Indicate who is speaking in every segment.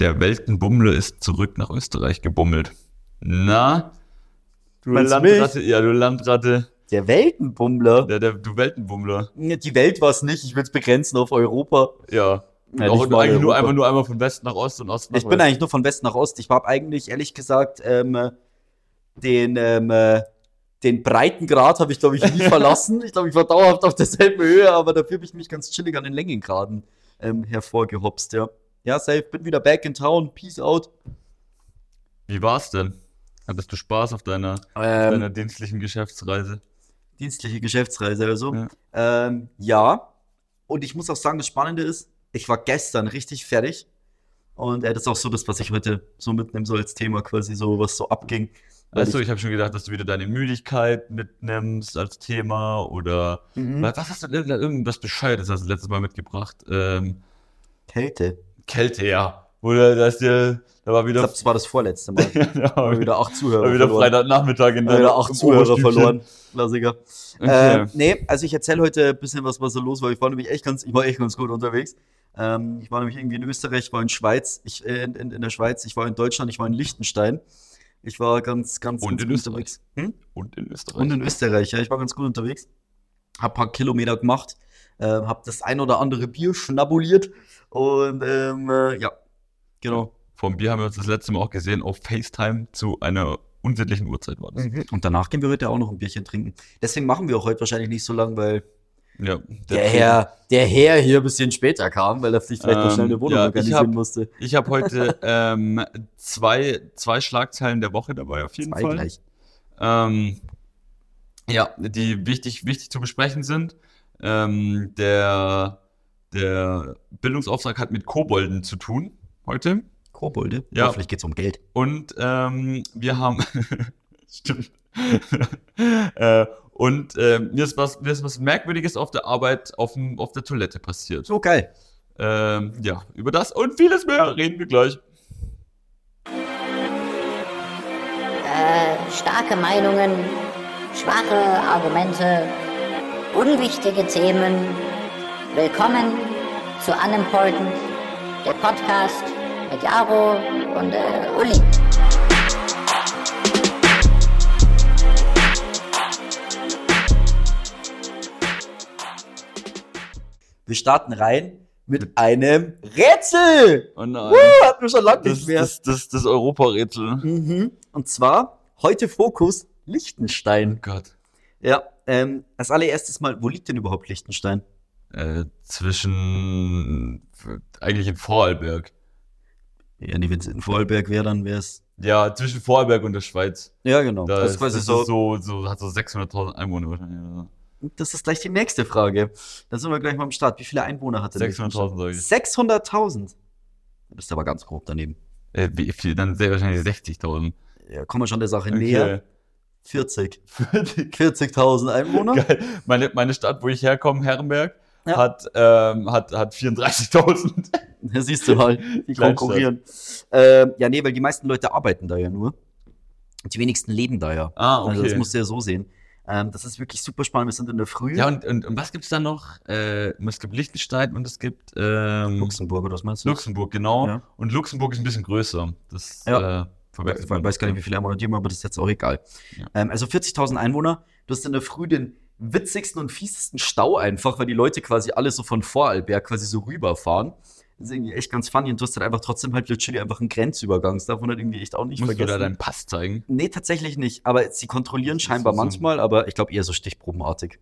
Speaker 1: Der Weltenbummler ist zurück nach Österreich gebummelt. Na? Du
Speaker 2: Meinst du
Speaker 1: Landratte, ja, du Landratte.
Speaker 2: Der Weltenbummler.
Speaker 1: Der, der, du Weltenbummler.
Speaker 2: Die Welt war es nicht. Ich will es begrenzen auf Europa.
Speaker 1: Ja.
Speaker 2: Ja,
Speaker 1: auch
Speaker 2: nicht mal
Speaker 1: eigentlich nur
Speaker 2: Europa.
Speaker 1: einmal, nur einmal von West nach Ost und Ost nach
Speaker 2: Ich bin
Speaker 1: West.
Speaker 2: eigentlich nur von West nach Ost. Ich habe eigentlich ehrlich gesagt ähm, den, ähm, äh, den Breitengrad habe ich glaube ich nie verlassen. Ich glaube, ich war dauerhaft auf derselben Höhe, aber dafür bin ich mich ganz chillig an den Längengraden ähm, hervorgehopst. Ja, ja, safe. Bin wieder back in town. Peace out.
Speaker 1: Wie war's denn? Hattest du Spaß auf deiner, auf deiner
Speaker 2: Ähm,
Speaker 1: dienstlichen Geschäftsreise?
Speaker 2: dienstliche Geschäftsreise oder so.
Speaker 1: Ja.
Speaker 2: Ja. Ähm, ja. Und ich muss auch sagen, das Spannende ist, ich war gestern richtig fertig. Und äh, das ist auch so das, was ich heute so mitnehmen soll als Thema quasi so, was so abging. Weil
Speaker 1: Achso, ich habe schon gedacht, dass du wieder deine Müdigkeit mitnimmst als Thema oder
Speaker 2: ich- Mhm.
Speaker 1: was was hast du denn da irgendwas Bescheuertes hast du letztes Mal mitgebracht? Ähm,
Speaker 2: Kälte.
Speaker 1: Kälte, ja. Oder dass dir, da war
Speaker 2: Ich
Speaker 1: wieder,
Speaker 2: glaube, das war das vorletzte Mal. Da
Speaker 1: da war
Speaker 2: haben wir
Speaker 1: wieder,
Speaker 2: wieder acht Zuhörer
Speaker 1: da war wieder
Speaker 2: verloren.
Speaker 1: Freitagnachmittag in
Speaker 2: Da haben wir
Speaker 1: deinem-
Speaker 2: wieder acht
Speaker 1: im
Speaker 2: Zuhörer
Speaker 1: Oberstübchen.
Speaker 2: verloren. Klassiker.
Speaker 1: Okay.
Speaker 2: Ähm, nee, also ich erzähle heute ein bisschen was, was so los war. Ich war nämlich echt ganz, ich war echt ganz gut unterwegs. Ähm, ich war nämlich irgendwie in Österreich, ich war in Schweiz, ich, äh, in, in, in der Schweiz, ich war in Deutschland, ich war in Liechtenstein. Ich war ganz, ganz,
Speaker 1: Und
Speaker 2: ganz
Speaker 1: in
Speaker 2: gut
Speaker 1: Österreich.
Speaker 2: unterwegs. Hm?
Speaker 1: Und in Österreich.
Speaker 2: Und in Österreich, ja, ich war ganz gut unterwegs. Hab ein paar Kilometer gemacht, äh, hab das ein oder andere Bier schnabuliert und ähm, äh, ja, genau.
Speaker 1: Vom Bier haben wir uns das letzte Mal auch gesehen auf FaceTime zu einer unsittlichen Uhrzeit war das.
Speaker 2: Und danach gehen wir heute auch noch ein Bierchen trinken. Deswegen machen wir auch heute wahrscheinlich nicht so lang, weil
Speaker 1: Ja,
Speaker 2: der, Herr, der Herr hier ein bisschen später kam, weil er sich vielleicht
Speaker 1: Ähm,
Speaker 2: noch schnell eine Wohnung
Speaker 1: ja, ich
Speaker 2: organisieren
Speaker 1: hab
Speaker 2: musste.
Speaker 1: Ich habe heute ähm, zwei, zwei Schlagzeilen der Woche dabei, auf jeden
Speaker 2: Zwei
Speaker 1: Fall.
Speaker 2: gleich.
Speaker 1: Ähm, ja, die wichtig, wichtig zu besprechen sind. Ähm, der, der Bildungsauftrag hat mit Kobolden zu tun heute.
Speaker 2: Kobolde?
Speaker 1: Ja.
Speaker 2: Ja. Vielleicht geht's um Geld.
Speaker 1: Und ähm, wir haben. Stimmt. äh, und äh, mir ist was, mir ist was Merkwürdiges auf der Arbeit, auf, dem, auf der Toilette passiert.
Speaker 2: So geil.
Speaker 1: Ähm, ja, über das und vieles mehr reden wir gleich.
Speaker 3: Äh, starke Meinungen, schwache Argumente, unwichtige Themen. Willkommen zu Unimportant, der Podcast mit Jaro und äh, Uli.
Speaker 2: Wir starten rein mit einem Rätsel.
Speaker 1: Oh nein.
Speaker 2: Uh, hatten wir schon lange
Speaker 1: Das,
Speaker 2: nicht mehr.
Speaker 1: das, das, das Europarätsel.
Speaker 2: Mhm. Und zwar heute Fokus Liechtenstein.
Speaker 1: Oh Gott.
Speaker 2: Ja, ähm, als allererstes mal, wo liegt denn überhaupt Liechtenstein?
Speaker 1: Äh, zwischen. Eigentlich in Vorarlberg.
Speaker 2: Ja, nee, wenn es in Vorarlberg wäre, dann wäre es.
Speaker 1: Ja, zwischen Vorarlberg und der Schweiz.
Speaker 2: Ja, genau.
Speaker 1: Da
Speaker 2: das ist quasi so,
Speaker 1: so, so, hat so 600.000 Einwohner wahrscheinlich. Oder so.
Speaker 2: Das ist gleich die nächste Frage. Da sind wir gleich mal am Start. Wie viele Einwohner hat
Speaker 1: 600.000 sag ich.
Speaker 2: 600.000. Du bist aber ganz grob daneben.
Speaker 1: Äh, wie viel? Dann sehr wahrscheinlich 60.000.
Speaker 2: Ja, kommen wir schon der Sache näher. 40.
Speaker 1: Okay.
Speaker 2: 40.000 Einwohner.
Speaker 1: Geil. Meine, meine Stadt, wo ich herkomme, Herrenberg,
Speaker 2: Ja.
Speaker 1: hat, ähm, hat, hat 34.000.
Speaker 2: Da siehst du mal, die
Speaker 1: Kleinstadt.
Speaker 2: konkurrieren. Ähm, ja, nee, weil die meisten Leute arbeiten da ja nur. Und die wenigsten leben da ja.
Speaker 1: Ah,
Speaker 2: Also das musst du ja so sehen. Ähm, das ist wirklich super spannend. Wir sind in der Früh.
Speaker 1: ja, und, und, und was gibt's da noch? Äh, es gibt Liechtenstein und es gibt ähm,
Speaker 2: Luxemburg, oder was meinst du?
Speaker 1: Luxemburg, genau.
Speaker 2: Ja.
Speaker 1: Und Luxemburg ist ein bisschen größer. Das äh,
Speaker 2: Ja. Ich
Speaker 1: verwechselt man.
Speaker 2: weiß gar nicht, wie viele Einwohner die haben, aber das ist jetzt auch egal.
Speaker 1: Ja.
Speaker 2: Ähm, also 40.000 Einwohner. Du hast in der Früh den witzigsten und fiesesten Stau einfach, weil die Leute quasi alle so von Vorarlberg quasi so rüberfahren. Das ist irgendwie echt ganz funny und du hast dann einfach trotzdem halt literally einfach einen Grenzübergang. Das darf man halt irgendwie echt auch nicht
Speaker 1: Musst du da
Speaker 2: vergessen.
Speaker 1: deinen Pass zeigen?
Speaker 2: nee, tatsächlich nicht. Aber sie kontrollieren
Speaker 1: Das ist
Speaker 2: scheinbar
Speaker 1: so-
Speaker 2: manchmal, aber ich glaube eher so stichprobenartig.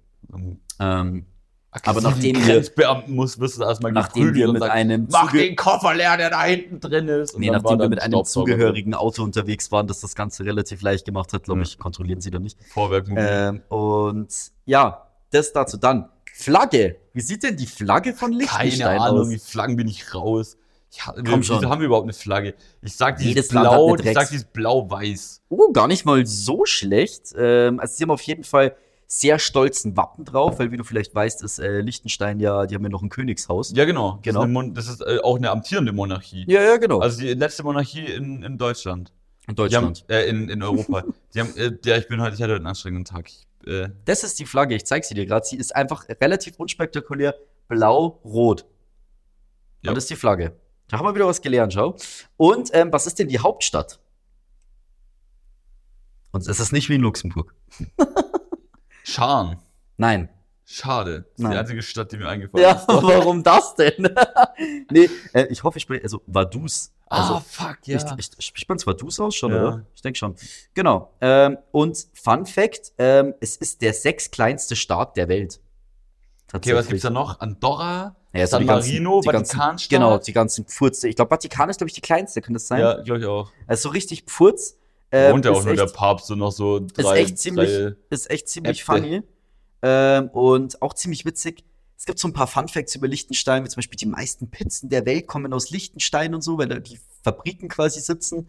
Speaker 2: Ähm,
Speaker 1: Aggressiven
Speaker 2: nachdem wir-
Speaker 1: Grenzbeamten musst, wirst du erstmal
Speaker 2: nachdem
Speaker 1: geprügelt
Speaker 2: wir
Speaker 1: und
Speaker 2: mit
Speaker 1: sagst,
Speaker 2: einem
Speaker 1: Mach
Speaker 2: Zuge-
Speaker 1: den Koffer leer, der da hinten drin ist. Und
Speaker 2: Nee,
Speaker 1: dann war
Speaker 2: nachdem wir
Speaker 1: dann
Speaker 2: mit einem
Speaker 1: Staubsauger drin.
Speaker 2: zugehörigen Auto unterwegs waren, das das Ganze relativ leicht gemacht hat, glaube
Speaker 1: Mhm.
Speaker 2: ich, kontrollieren sie da nicht.
Speaker 1: Vorwerk
Speaker 2: Ähm, und ja, das dazu dann. Flagge. Wie sieht denn die Flagge von Liechtenstein
Speaker 1: Keine Ahnung,
Speaker 2: aus?
Speaker 1: die Flaggen bin ich raus. Ich, ha-
Speaker 2: Komm
Speaker 1: wieso
Speaker 2: schon.
Speaker 1: haben wir überhaupt eine Flagge? Ich sag, die
Speaker 2: Jedes
Speaker 1: ist
Speaker 2: Land hat
Speaker 1: blau,
Speaker 2: eine
Speaker 1: ich sag,
Speaker 2: Drecks-
Speaker 1: die ist blau-weiß.
Speaker 2: Oh, gar nicht mal so schlecht. Ähm, also sie haben auf jeden Fall sehr stolzen Wappen drauf, weil wie du vielleicht weißt, ist äh, Liechtenstein ja, die haben ja noch ein Königshaus.
Speaker 1: Ja, genau. Das ist,
Speaker 2: Genau.
Speaker 1: eine Mon- das ist äh, auch eine amtierende Monarchie.
Speaker 2: ja, ja, genau.
Speaker 1: Also die letzte Monarchie in, in Deutschland.
Speaker 2: in
Speaker 1: Die haben,
Speaker 2: Deutschland.
Speaker 1: äh, in, in Europa. die haben, äh, ja, ich bin heute, ich hatte heute einen anstrengenden Tag. Ich, äh,
Speaker 2: Das ist die Flagge, ich zeig sie dir gerade. Sie ist einfach relativ unspektakulär blau-rot.
Speaker 1: Ja.
Speaker 2: Und das ist die Flagge. Da haben wir wieder was gelernt, schau. Und ähm, was ist denn die Hauptstadt? Und es ist nicht wie in Luxemburg.
Speaker 1: Scharn.
Speaker 2: Nein.
Speaker 1: Schade. Das ist
Speaker 2: Nein.
Speaker 1: die einzige Stadt, die mir eingefallen
Speaker 2: Ja,
Speaker 1: ist.
Speaker 2: warum das denn? nee, äh, ich hoffe, ich spreche, also Vaduz. Also,
Speaker 1: ah, fuck, ja.
Speaker 2: Ich, ich, spricht man zwar Du's aus schon,
Speaker 1: Ja.
Speaker 2: oder? Ich denke schon. Genau. Ähm, und Fun Fact: ähm, Es ist der sechstkleinste Staat der Welt.
Speaker 1: okay, was gibt's da noch? Andorra,
Speaker 2: Ja, so
Speaker 1: San
Speaker 2: die ganzen-
Speaker 1: Marino,
Speaker 2: die ganzen-
Speaker 1: Vatikanstadt.
Speaker 2: Genau, die ganzen Pfurze. Ich glaube, Vatikan ist, glaube ich, die kleinste, kann das sein?
Speaker 1: Ja, glaube ich auch.
Speaker 2: Also so richtig Pfurz. Ähm,
Speaker 1: Wohnt ja auch
Speaker 2: ist
Speaker 1: nur
Speaker 2: echt,
Speaker 1: der Papst und noch so drei.
Speaker 2: echt ziemlich-
Speaker 1: drei,
Speaker 2: Ist echt ziemlich
Speaker 1: Äpfel.
Speaker 2: funny. Ähm, und auch ziemlich witzig. Es gibt so ein paar Fun Facts über Liechtenstein, wie zum Beispiel die meisten Pizzen der Welt kommen aus Liechtenstein und so, weil da die Fabriken quasi sitzen.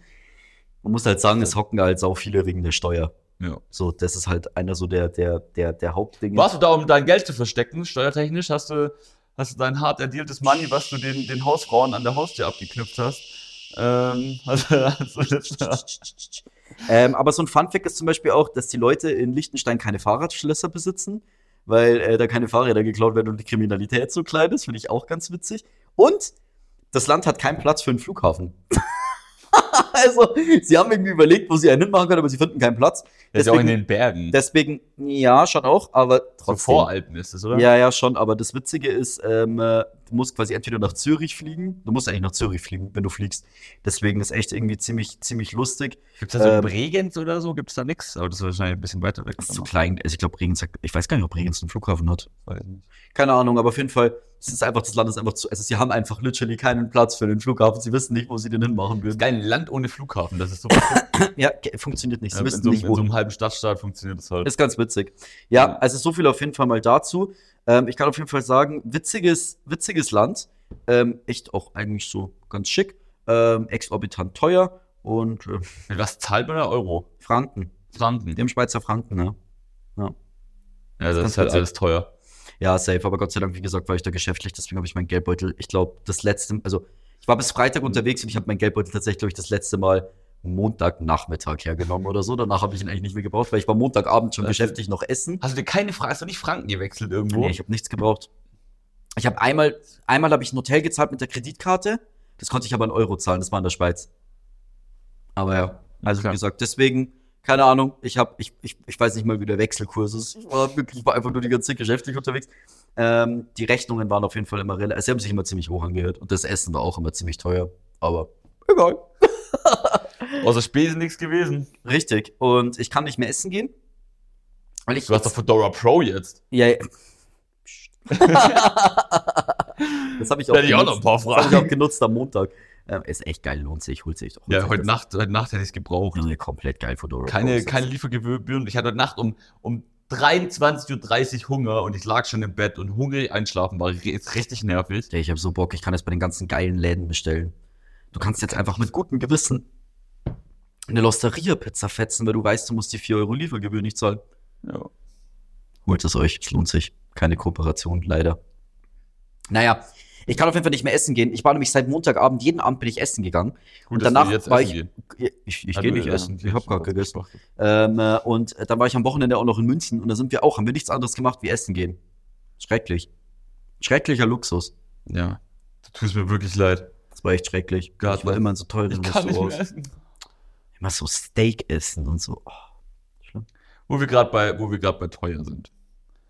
Speaker 2: Man muss halt sagen, es hocken halt auch viele wegen der Steuer.
Speaker 1: ja.
Speaker 2: So, das ist halt einer so der, der, der, der Hauptdinge.
Speaker 1: Warst du da, um dein Geld zu verstecken, steuertechnisch? Hast du, hast du dein hart erdealtes Money, was du den, den Hausfrauen an der Haustür abgeknüpft hast? Ähm, also, also das,
Speaker 2: Ähm, aber so ein Funfact ist zum Beispiel auch, dass die Leute in Liechtenstein keine Fahrradschlösser besitzen, weil äh, da keine Fahrräder geklaut werden und die Kriminalität so klein ist, finde ich auch ganz witzig. Und das Land hat keinen Platz für einen Flughafen. also, sie haben irgendwie überlegt, wo sie einen hinmachen können, aber sie finden keinen Platz.
Speaker 1: der ist ja auch in
Speaker 2: Deswegen-
Speaker 1: den Bergen.
Speaker 2: Deswegen, ja, schon auch, aber
Speaker 1: So
Speaker 2: trotzdem.
Speaker 1: Voralpen ist es, oder?
Speaker 2: Ja, ja, schon, aber das Witzige ist, ähm, äh, du musst quasi entweder nach Zürich fliegen, du musst eigentlich nach Zürich fliegen, wenn du fliegst. Deswegen ist echt irgendwie ziemlich, ziemlich lustig.
Speaker 1: Gibt's da so
Speaker 2: Ähm,
Speaker 1: Bregenz oder so? Gibt's da nix? Aber das ist wahrscheinlich ein bisschen weiter weg.
Speaker 2: Das ist zu klein, also ich glaube, Regens, hat- ich weiß gar nicht, ob Regens einen Flughafen hat.
Speaker 1: Weiß nicht.
Speaker 2: Keine Ahnung, aber auf jeden Fall, es ist einfach, das Land ist einfach zu, also sie haben einfach literally keinen Platz für den Flughafen, sie wissen nicht, wo sie den hinmachen würden.
Speaker 1: Geil, ein Land ohne Flughafen, das ist super.
Speaker 2: Ja, ge- funktioniert nicht, sie
Speaker 1: Ja, in,
Speaker 2: wissen
Speaker 1: so, einem-
Speaker 2: nicht,
Speaker 1: in
Speaker 2: wo.
Speaker 1: so einem halben Stadtstaat funktioniert das halt.
Speaker 2: Ist ganz witzig. Ja, also so viel auf jeden Fall mal dazu. Ähm, ich kann auf jeden Fall sagen, witziges, witziges Land. Ähm, echt auch eigentlich so ganz schick. Ähm, exorbitant teuer und äh,
Speaker 1: Mit was zahlt man da Euro?
Speaker 2: Franken.
Speaker 1: Franken.
Speaker 2: Die haben Schweizer Franken, ne?
Speaker 1: Ja, das
Speaker 2: ganz
Speaker 1: ist halt
Speaker 2: witzig.
Speaker 1: alles teuer.
Speaker 2: Ja, safe. Aber Gott sei Dank, wie gesagt, war ich da geschäftlich, deswegen habe ich meinen Geldbeutel, ich glaube, das letzte, also ich war bis Freitag unterwegs und ich habe meinen Geldbeutel tatsächlich, glaube ich, das letzte Mal Montagnachmittag hergenommen oder so. Danach habe ich ihn eigentlich nicht mehr gebraucht, weil ich war Montagabend schon
Speaker 1: Das-
Speaker 2: geschäftlich noch essen.
Speaker 1: Hast du dir keine Frage, hast du nicht Franken gewechselt irgendwo?
Speaker 2: Nee, ich habe nichts gebraucht. Ich habe einmal, einmal habe ich ein Hotel gezahlt mit der Kreditkarte. Das konnte ich aber in Euro zahlen. Das war in der Schweiz. Aber ja, also
Speaker 1: Okay.
Speaker 2: wie gesagt, deswegen, keine Ahnung. Ich habe, ich, ich, ich weiß nicht mal, wie der Wechselkurs ist. Ich war wirklich, ich war einfach nur die ganze Zeit geschäftlich unterwegs. Ähm, die Rechnungen waren auf jeden Fall immer relativ, sie haben sich immer ziemlich hoch angehört. Und das Essen war auch immer ziemlich teuer. Aber egal.
Speaker 1: Außer Spesen nichts gewesen.
Speaker 2: Richtig. Und ich kann nicht mehr essen gehen. Weil ich
Speaker 1: Du hast doch Fedora Pro jetzt.
Speaker 2: Ja. ja. Psst. das habe ich auch.
Speaker 1: Da hätte ich auch noch ein
Speaker 2: genutzt.
Speaker 1: paar
Speaker 2: Das habe ich auch
Speaker 1: Fragen.
Speaker 2: genutzt am Montag. Ähm, ist echt geil, lohnt sich, holt sich doch.
Speaker 1: Ja,
Speaker 2: Holt
Speaker 1: heute
Speaker 2: sich
Speaker 1: Nacht, heute Nacht hätte ich es
Speaker 2: das.
Speaker 1: gebraucht.
Speaker 2: Junge, komplett geil Fedora.
Speaker 1: Keine,
Speaker 2: Process.
Speaker 1: keine Liefergebühren. Ich hatte heute Nacht um, um 23.30 Uhr Hunger und ich lag schon im Bett und hungrig einschlafen war ri- ist richtig nervig.
Speaker 2: Ey, ich habe so Bock, ich kann jetzt bei den ganzen geilen Läden bestellen. Du kannst jetzt einfach mit gutem Gewissen eine Losteria-Pizza fetzen, weil du weißt, du musst die 4 Euro Liefergebühr nicht zahlen.
Speaker 1: Ja.
Speaker 2: Holt es euch, es lohnt sich. Keine Kooperation, leider. Naja, ich kann auf jeden Fall nicht mehr essen gehen. Ich war nämlich seit Montagabend, jeden Abend bin ich essen gegangen.
Speaker 1: Gut,
Speaker 2: Und danach war ich-
Speaker 1: gehen.
Speaker 2: Ich, ich
Speaker 1: Ah,
Speaker 2: gehe
Speaker 1: du,
Speaker 2: nicht
Speaker 1: ja,
Speaker 2: essen.
Speaker 1: du
Speaker 2: Ich habe
Speaker 1: hast
Speaker 2: gerade
Speaker 1: was
Speaker 2: gegessen.
Speaker 1: gemacht.
Speaker 2: Ähm, äh, und äh, dann war ich am Wochenende auch noch in München und da sind wir auch, haben wir nichts anderes gemacht wie essen gehen. Schrecklich. Schrecklicher Luxus.
Speaker 1: Ja. Du tust mir wirklich leid.
Speaker 2: Das war echt schrecklich.
Speaker 1: Gott,
Speaker 2: ich war
Speaker 1: ne?
Speaker 2: immer in so teuren
Speaker 1: Ich kann nicht mehr
Speaker 2: Restaurants.
Speaker 1: essen.
Speaker 2: Immer so Steak essen und so. Oh, schlimm.
Speaker 1: Wo wir gerade bei, wo wir gerade bei teuer sind.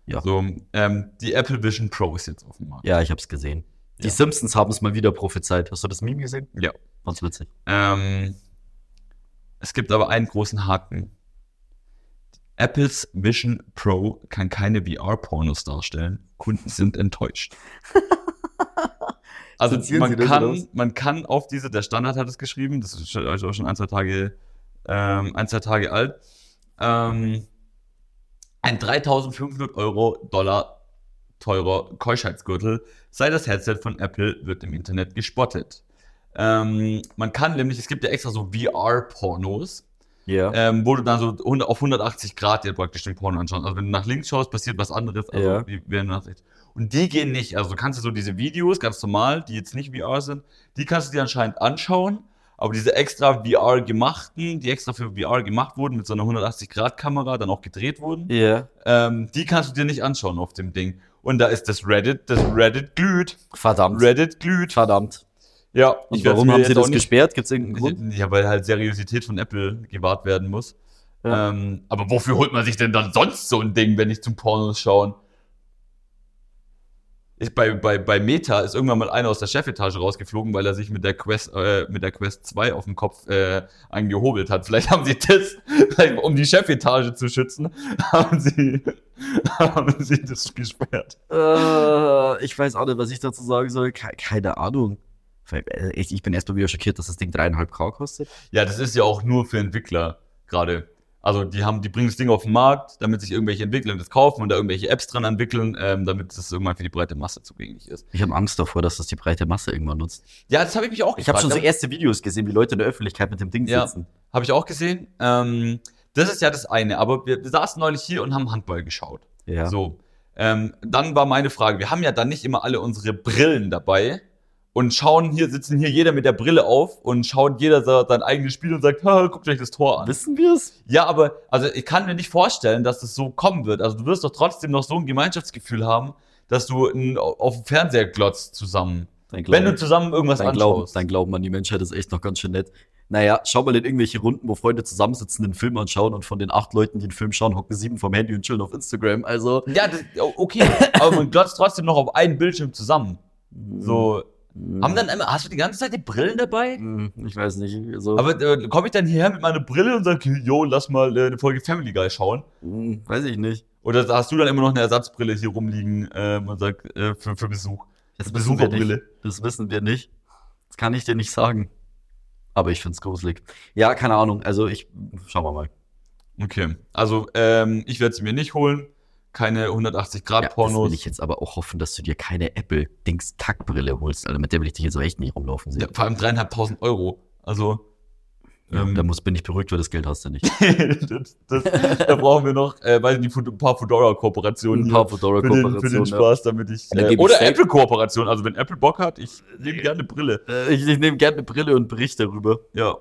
Speaker 2: Ja.
Speaker 1: So, ähm, die Apple Vision Pro ist jetzt auf dem Markt.
Speaker 2: Ja, ich hab's gesehen. Die
Speaker 1: Ja.
Speaker 2: Simpsons haben es mal wieder prophezeit. Hast du das Meme gesehen?
Speaker 1: Ja.
Speaker 2: Ganz witzig.
Speaker 1: Ähm, es gibt aber einen großen Haken. Apples Vision Pro kann keine VR-Pornos darstellen. Kunden sind enttäuscht. also man
Speaker 2: Zensieren Sie das, oder
Speaker 1: kann,
Speaker 2: was?
Speaker 1: man kann auf diese, der Standard hat es geschrieben, das ist schon- auch schon ein, zwei Tage, ähm, ein, zwei Tage alt, ähm, ein 3500 Euro Dollar teurer Keuschheitsgürtel sei das Headset von Apple, wird im Internet gespottet. Ähm, man kann nämlich, es gibt ja extra so VR-Pornos,
Speaker 2: Ja.
Speaker 1: ähm, wo du dann so 100, auf 180 Grad dir praktisch den Porno anschaust. Also wenn du nach links schaust, passiert was anderes. Also
Speaker 2: Ja.
Speaker 1: wie, wenn du nach rechts. Und die gehen nicht. Also du kannst dir so diese Videos, ganz normal, die jetzt nicht VR sind, die kannst du dir anscheinend anschauen. Aber diese extra VR gemachten, die extra für VR gemacht wurden, mit so einer 180-Grad-Kamera dann auch gedreht wurden,
Speaker 2: Ja.
Speaker 1: ähm, die kannst du dir nicht anschauen auf dem Ding. Und da ist das Reddit, das Reddit glüht.
Speaker 2: Verdammt.
Speaker 1: Reddit glüht.
Speaker 2: Verdammt.
Speaker 1: Ja,
Speaker 2: Und
Speaker 1: werd's
Speaker 2: warum
Speaker 1: mir
Speaker 2: haben
Speaker 1: jetzt
Speaker 2: sie
Speaker 1: auch
Speaker 2: das
Speaker 1: nicht-
Speaker 2: gesperrt? Gibt es irgendeinen Grund?
Speaker 1: Ja, weil halt Seriosität von Apple gewahrt werden muss.
Speaker 2: Ja.
Speaker 1: Ähm, aber wofür holt man sich denn dann sonst so ein Ding, wenn nicht zum Pornos schauen? Ich, bei, bei, bei Meta ist irgendwann mal einer aus der Chefetage rausgeflogen, weil er sich mit der Quest, äh, mit der Quest 2 auf dem Kopf äh, angehobelt hat. Vielleicht haben sie das, vielleicht, um die Chefetage zu schützen, haben sie, haben sie das gesperrt.
Speaker 2: Äh, ich weiß auch nicht, was ich dazu sagen soll. Ke keine Ahnung. Weil, äh, Echt, ich bin erstmal wieder schockiert, dass das Ding dreieinhalb K kostet.
Speaker 1: Ja, das ist ja auch nur für Entwickler gerade. Also die haben, die bringen das Ding auf den Markt, damit sich irgendwelche Entwickler das kaufen und da irgendwelche Apps dran entwickeln, ähm, damit das irgendwann für die breite Masse zugänglich ist.
Speaker 2: Ich habe Angst davor, dass das die breite Masse irgendwann nutzt.
Speaker 1: Ja, das habe ich mich auch
Speaker 2: Ich habe
Speaker 1: gefragt.
Speaker 2: schon so
Speaker 1: habe
Speaker 2: erste Videos gesehen, wie Leute in der Öffentlichkeit mit dem Ding
Speaker 1: Ja.
Speaker 2: sitzen.
Speaker 1: hab ich auch gesehen. Ähm, das ist ja das eine. Aber wir, wir saßen neulich hier und haben Handball geschaut.
Speaker 2: Ja.
Speaker 1: So. Ähm, dann war meine Frage, wir haben ja dann nicht immer alle unsere Brillen dabei und schauen hier, sitzen hier jeder mit der Brille auf und schaut jeder so sein eigenes Spiel und sagt, "Ha, guckt euch das Tor an.
Speaker 2: Wissen wir es?
Speaker 1: Ja, aber also ich kann mir nicht vorstellen, dass das so kommen wird. Also du wirst doch trotzdem noch so ein Gemeinschaftsgefühl haben, dass du n- auf dem Fernseher glotzt zusammen.
Speaker 2: Dein
Speaker 1: Wenn du zusammen irgendwas
Speaker 2: dein Glauben,
Speaker 1: anschaust.
Speaker 2: dein Glauben an die Menschheit ist echt noch ganz schön nett. Naja, schau mal in irgendwelche Runden, wo Freunde zusammensitzen, den Film anschauen und von den acht Leuten, die den Film schauen, hocken sieben vom Handy und chillen auf Instagram. Also,
Speaker 1: ja, das, o- okay, aber man glotzt trotzdem noch auf einen Bildschirm zusammen. So,
Speaker 2: Mhm.
Speaker 1: haben dann immer, hast du die ganze Zeit die Brillen dabei?
Speaker 2: Hm, mm, ich weiß nicht. Also,
Speaker 1: Aber äh, komme ich dann hierher mit meiner Brille und sage, yo, lass mal äh, eine Folge Family Guy schauen?
Speaker 2: hm, weiß ich nicht.
Speaker 1: Oder hast du dann immer noch eine Ersatzbrille hier rumliegen ähm, und sagt, äh, für, für Besuch?
Speaker 2: Das wissen wir nicht.
Speaker 1: Besucherbrille.
Speaker 2: Das wissen wir nicht. Das kann ich dir nicht sagen. Aber ich find's gruselig. Ja, keine Ahnung. Also ich, schauen wir mal.
Speaker 1: Okay, also ähm, ich werde sie mir nicht holen. Keine
Speaker 2: Ja, das will
Speaker 1: 180-Grad-Pornos.
Speaker 2: ich jetzt aber auch hoffen, dass du dir keine Apple-Dings-Tack-Brille holst. Also mit der will ich dich jetzt so echt nicht rumlaufen
Speaker 1: ja,
Speaker 2: sehen.
Speaker 1: vor allem 3.500 Euro. Also
Speaker 2: Ja,
Speaker 1: ähm,
Speaker 2: da muss, bin ich beruhigt, weil das Geld hast du nicht.
Speaker 1: das, das, da brauchen wir noch äh, weiß nicht, ein paar Fedora-Kooperationen hier
Speaker 2: fedora
Speaker 1: für, den- für den Spaß, damit ich.
Speaker 2: Dann gebe
Speaker 1: Äh,
Speaker 2: ich
Speaker 1: oder
Speaker 2: safe-
Speaker 1: Apple-Kooperation. Also wenn Apple Bock hat, ich nehme gerne eine Brille.
Speaker 2: Äh, ich ich nehme gerne eine Brille und Bericht darüber.
Speaker 1: Ja,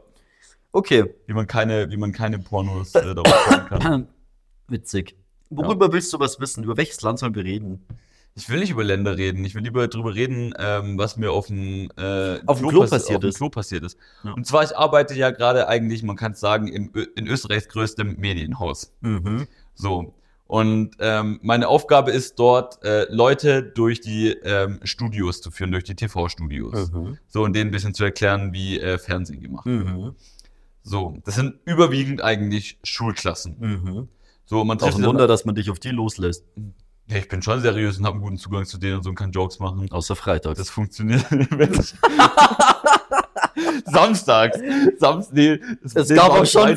Speaker 2: Okay,
Speaker 1: wie man keine, wie man keine Pornos äh, darauf schauen kann.
Speaker 2: witzig. Worüber willst du was wissen? Über welches Land sollen wir reden?
Speaker 1: Ich will nicht über Länder reden. Ich will lieber drüber reden, ähm, was mir auf dem, äh,
Speaker 2: Auf dem Klo
Speaker 1: passi-
Speaker 2: passiert
Speaker 1: auf dem
Speaker 2: ist.
Speaker 1: Klo passiert ist.
Speaker 2: Ja.
Speaker 1: Und zwar, ich arbeite ja gerade eigentlich, man kann es sagen, in, Ö- in Österreichs größtem Medienhaus.
Speaker 2: Mhm.
Speaker 1: So. Und ähm, meine Aufgabe ist dort, äh, Leute durch die ähm, Studios zu führen, durch die TV-Studios.
Speaker 2: Mhm.
Speaker 1: So, und denen ein bisschen zu erklären, wie äh, Fernsehen gemacht wird.
Speaker 2: Mhm.
Speaker 1: So, das sind überwiegend eigentlich Schulklassen.
Speaker 2: Mhm.
Speaker 1: So, man
Speaker 2: Auch
Speaker 1: trifft
Speaker 2: ein
Speaker 1: sie dann-
Speaker 2: Wunder, dass man dich auf die loslässt.
Speaker 1: Ja, ich bin schon seriös und habe einen guten Zugang zu denen und so und kann Jokes machen.
Speaker 2: Außer Freitags.
Speaker 1: Das funktioniert nicht. Samstags. Samst, nee,
Speaker 2: Es gab auch schon